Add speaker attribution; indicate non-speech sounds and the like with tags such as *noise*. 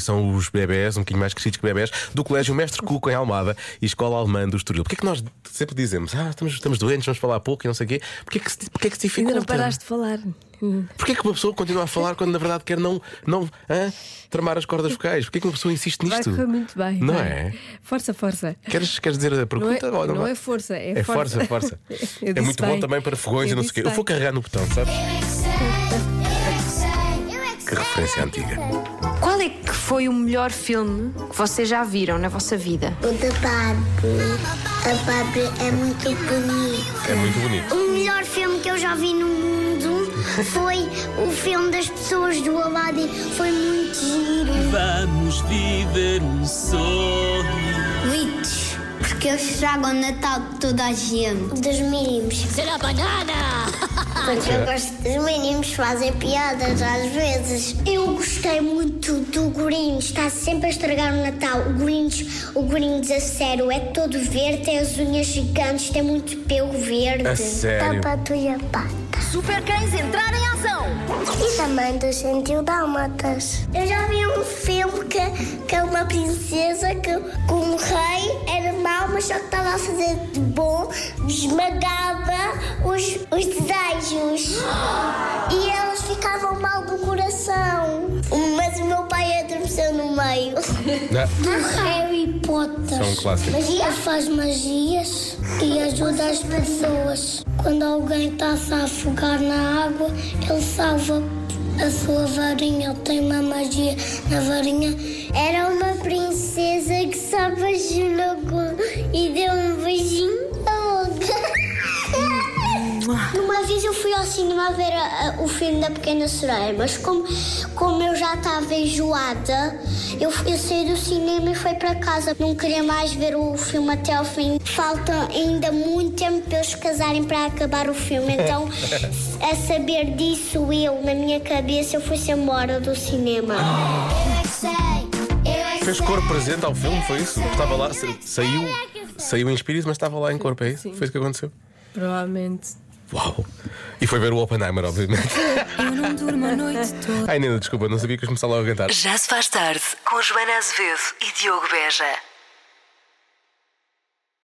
Speaker 1: são os bebés, um bocadinho mais crescidos que bebés, do Colégio Mestre Cuco em Almada e Escola Alemã do Estoril. Porquê é que nós sempre dizemos, ah, estamos, estamos doentes, vamos falar pouco e não sei o quê? Porquê é que se, porquê é que se dificulta?
Speaker 2: Ainda não paraste de falar. Hum.
Speaker 1: Porquê é que uma pessoa continua a falar quando na verdade quer não, não hã? tramar as cordas vocais? Porquê é que uma pessoa insiste
Speaker 2: Vai
Speaker 1: nisto?
Speaker 2: correr muito bem.
Speaker 1: Não
Speaker 2: vai.
Speaker 1: é?
Speaker 2: Força, força.
Speaker 1: Queres, queres dizer a
Speaker 2: Não é,
Speaker 1: pergunta? ou
Speaker 2: não
Speaker 1: vai?
Speaker 2: é força, é,
Speaker 1: É força, força.
Speaker 2: *laughs* Eu
Speaker 1: é
Speaker 2: disse
Speaker 1: muito bom
Speaker 2: bem.
Speaker 1: também para fogões
Speaker 2: Eu
Speaker 1: e não sei o quê.
Speaker 2: disse
Speaker 1: Eu vou
Speaker 2: bem.
Speaker 1: carregar no botão, sabes? Que
Speaker 3: Que
Speaker 1: referência antiga.
Speaker 4: Qual é que foi o melhor filme que vocês já viram na vossa vida?
Speaker 3: O da Barbie. A Barbie é muito bonita.
Speaker 1: É muito bonito.
Speaker 3: O melhor filme que eu já vi no mundo foi o filme das pessoas do Aladdin. Foi muito giro.
Speaker 5: Vamos viver um sonho.
Speaker 3: Witch, porque eles estragam o Natal de toda a gente. Dos mínimos. Será banana! *laughs* Porque eu gosto dos mínimos, fazem piadas às vezes. Eu gostei muito do Grinch, está sempre a estragar o Natal. O Grinch, o Grinch a sério, é todo verde, tem as unhas gigantes, tem muito pelo verde.
Speaker 1: A sério?
Speaker 3: Tapatuia pata.
Speaker 6: Super cães entrar em ação!
Speaker 3: E também do Gentil Dálmatas. Eu já vi um filme que, que é uma princesa que com um rei era mau, mas só que estava a fazer de bom, esmagava os, os desejos. E eles ficavam mal do coração. Mas o meu pai adormeceu no meio.
Speaker 1: Não.
Speaker 3: Do Harry Potter.
Speaker 1: São clássicos.
Speaker 3: Magia faz magias e ajuda as pessoas. Quando alguém está-se a afogar na água, ele salva a sua varinha. Ele tem uma magia na varinha. Era uma princesa que se apaixonou com... e deu um beijinho na *laughs* boca. Uma vez eu fui ao cinema ver a- a- o filme da Pequena Sereia, mas como, como eu já estava enjoada, eu, fui- eu saí do cinema e fui para casa. Não queria mais ver o filme até ao fim. Falta ainda muito tempo para eles casarem para acabar
Speaker 1: *laughs*
Speaker 3: o filme. Então, a saber disso, eu, na minha cabeça, eu fui-se embora do cinema. Eu é que sei, eu é que
Speaker 1: Ah. Fez cor presente ao filme, foi isso? Estava lá, sa- saiu, saiu em espírito, mas estava lá em corpo, é isso? Foi isso que aconteceu?
Speaker 2: Provavelmente.
Speaker 1: Uau! E foi ver o Oppenheimer, obviamente. Ai, Nina, desculpa, não sabia que ias começar logo a cantar.
Speaker 7: Já se faz tarde com Joana Azevedo e Diogo Beja.